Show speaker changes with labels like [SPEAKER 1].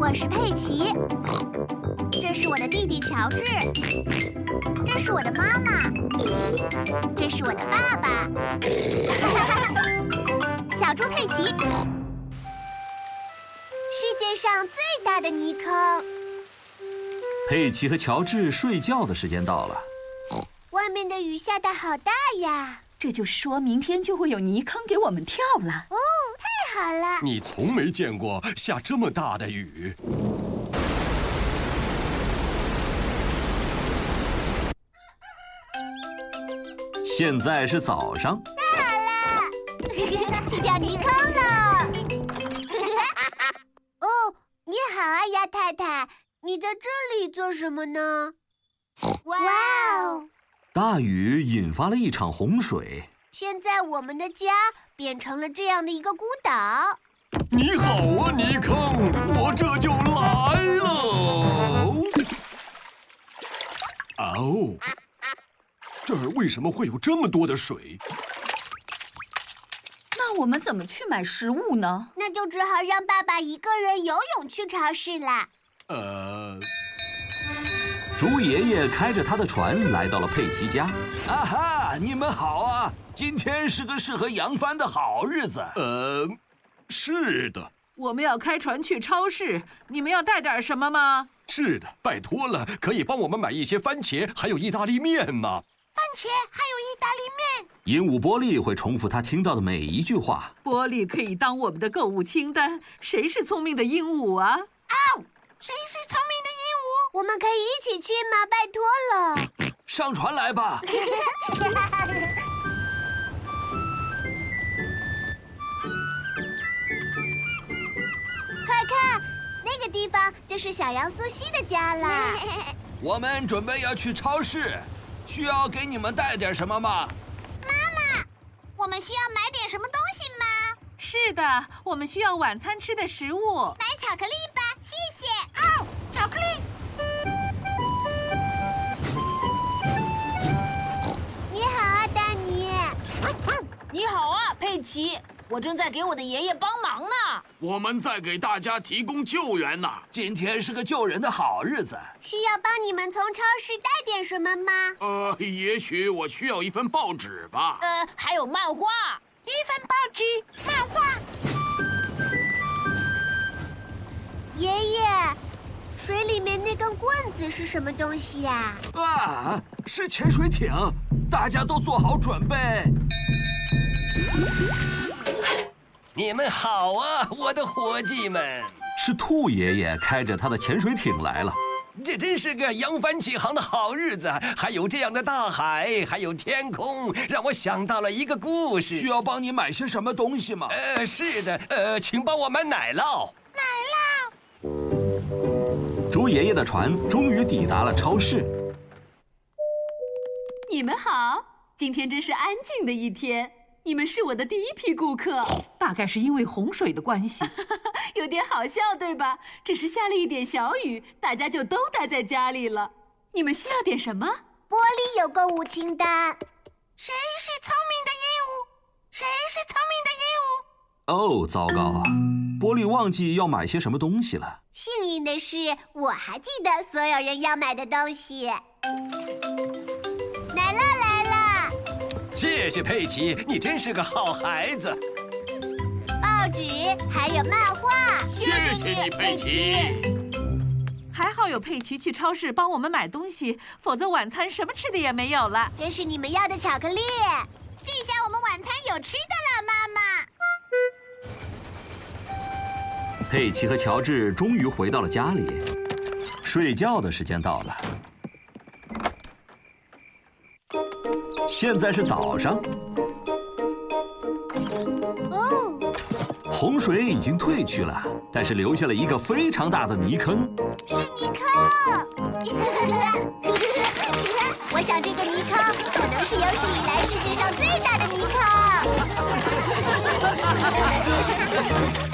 [SPEAKER 1] 我是佩奇，这是我的弟弟乔治，这是我的妈妈，这是我的爸 爸。小猪佩奇，世界上最大的泥坑。
[SPEAKER 2] 佩奇和乔治睡觉的时间到了。
[SPEAKER 1] 外面的雨下的好大呀！
[SPEAKER 3] 这就是说明天就会有泥坑给我们跳了。
[SPEAKER 1] 哦，太好了！
[SPEAKER 4] 你从没见过下这么大的雨。
[SPEAKER 2] 现在是早上。
[SPEAKER 1] 太好了，去跳泥坑了。 哦，你好啊，鸭太太，你在这里做什么呢？哇哦！
[SPEAKER 2] 大雨引发了一场洪水。
[SPEAKER 1] 现在我们的家变成了这样的一个孤岛。
[SPEAKER 4] 你好啊，泥坑，我这就来喽。哦，这儿为什么会有这么多的水？
[SPEAKER 3] 那我们怎么去买食物呢？
[SPEAKER 1] 那就只好让爸爸一个人游泳去超市啦。
[SPEAKER 4] 呃，
[SPEAKER 2] 猪爷爷开着他的船来到了佩奇家。
[SPEAKER 5] 啊哈！你们好啊！今天是个适合扬帆的好日子。
[SPEAKER 4] 呃，是的，
[SPEAKER 6] 我们要开船去超市，你们要带点什么吗？
[SPEAKER 4] 是的，拜托了，可以帮我们买一些番茄还有意大利面吗？
[SPEAKER 1] 番茄还有意大利面，
[SPEAKER 2] 鹦鹉波利会重复他听到的每一句话。
[SPEAKER 6] 玻璃可以当我们的购物清单。谁是聪明的鹦鹉啊？
[SPEAKER 3] 哦
[SPEAKER 1] 谁是聪明的鹦鹉？我们可以一起去吗？拜托了。
[SPEAKER 5] 上船来吧！
[SPEAKER 1] 快看，那个地方就是小羊苏西的家啦。
[SPEAKER 5] 我们准备要去超市，需要给你们带点什么吗？
[SPEAKER 1] 我们需要买点什么东西吗？
[SPEAKER 6] 是的，我们需要晚餐吃的食物。
[SPEAKER 1] 买巧克力吧，谢谢。哦，巧克力。你好啊，丹尼。
[SPEAKER 7] 你好啊，佩奇，我正在给我的爷爷帮忙呢。
[SPEAKER 8] 我们在给大家提供救援呢、
[SPEAKER 5] 今天是个救人的好日子。
[SPEAKER 1] 需要帮你们从超市带点什么吗？
[SPEAKER 8] 呃，也许我需要一份报纸吧。
[SPEAKER 7] 呃，还有漫画，
[SPEAKER 1] 一份报纸、漫画。爷爷，水里面那根棍子是什么东西呀、
[SPEAKER 5] 啊，是潜水艇，大家都做好准备。
[SPEAKER 9] 你们好啊，我的伙计们！
[SPEAKER 2] 是兔爷爷开着他的潜水艇来了。
[SPEAKER 9] 这真是个扬帆起航的好日子，还有这样的大海，还有天空，让我想到了一个故事。
[SPEAKER 5] 需要帮你买些什么东西吗？
[SPEAKER 9] 呃，是的，呃，请帮我买奶酪。
[SPEAKER 2] 猪爷爷的船终于抵达了超市。
[SPEAKER 3] 你们好，今天真是安静的一天。你们是我的第一批顾客，
[SPEAKER 6] 大概是因为洪水的关系。
[SPEAKER 3] 有点好笑对吧？只是下了一点小雨，大家就都待在家里了。你们需要点什么？
[SPEAKER 1] 玻璃有购物清单。谁是聪明的鹦鹉？谁是聪明的鹦鹉？
[SPEAKER 2] 哦，糟糕啊！波利忘记要买些什么东西了。
[SPEAKER 1] 幸运的是，我还记得所有人要买的东西。奶酪来了，
[SPEAKER 9] 谢谢佩奇，你真是个好孩子。
[SPEAKER 1] 报纸还有漫画。
[SPEAKER 7] 谢
[SPEAKER 8] 谢你佩奇。
[SPEAKER 6] 还好有佩奇去超市帮我们买东西，否则晚餐什么吃的也没有了。
[SPEAKER 1] 这是你们要的巧克力。这下我们晚餐有吃的了，妈妈。
[SPEAKER 2] 佩奇和乔治终于回到了家里，睡觉的时间到了。现在是早上，
[SPEAKER 1] 哦，
[SPEAKER 2] 洪水已经退去了，但是留下了一个非常大的泥坑。
[SPEAKER 1] 是泥坑。 我想这个泥坑可能是有史以来世界上最大的泥坑。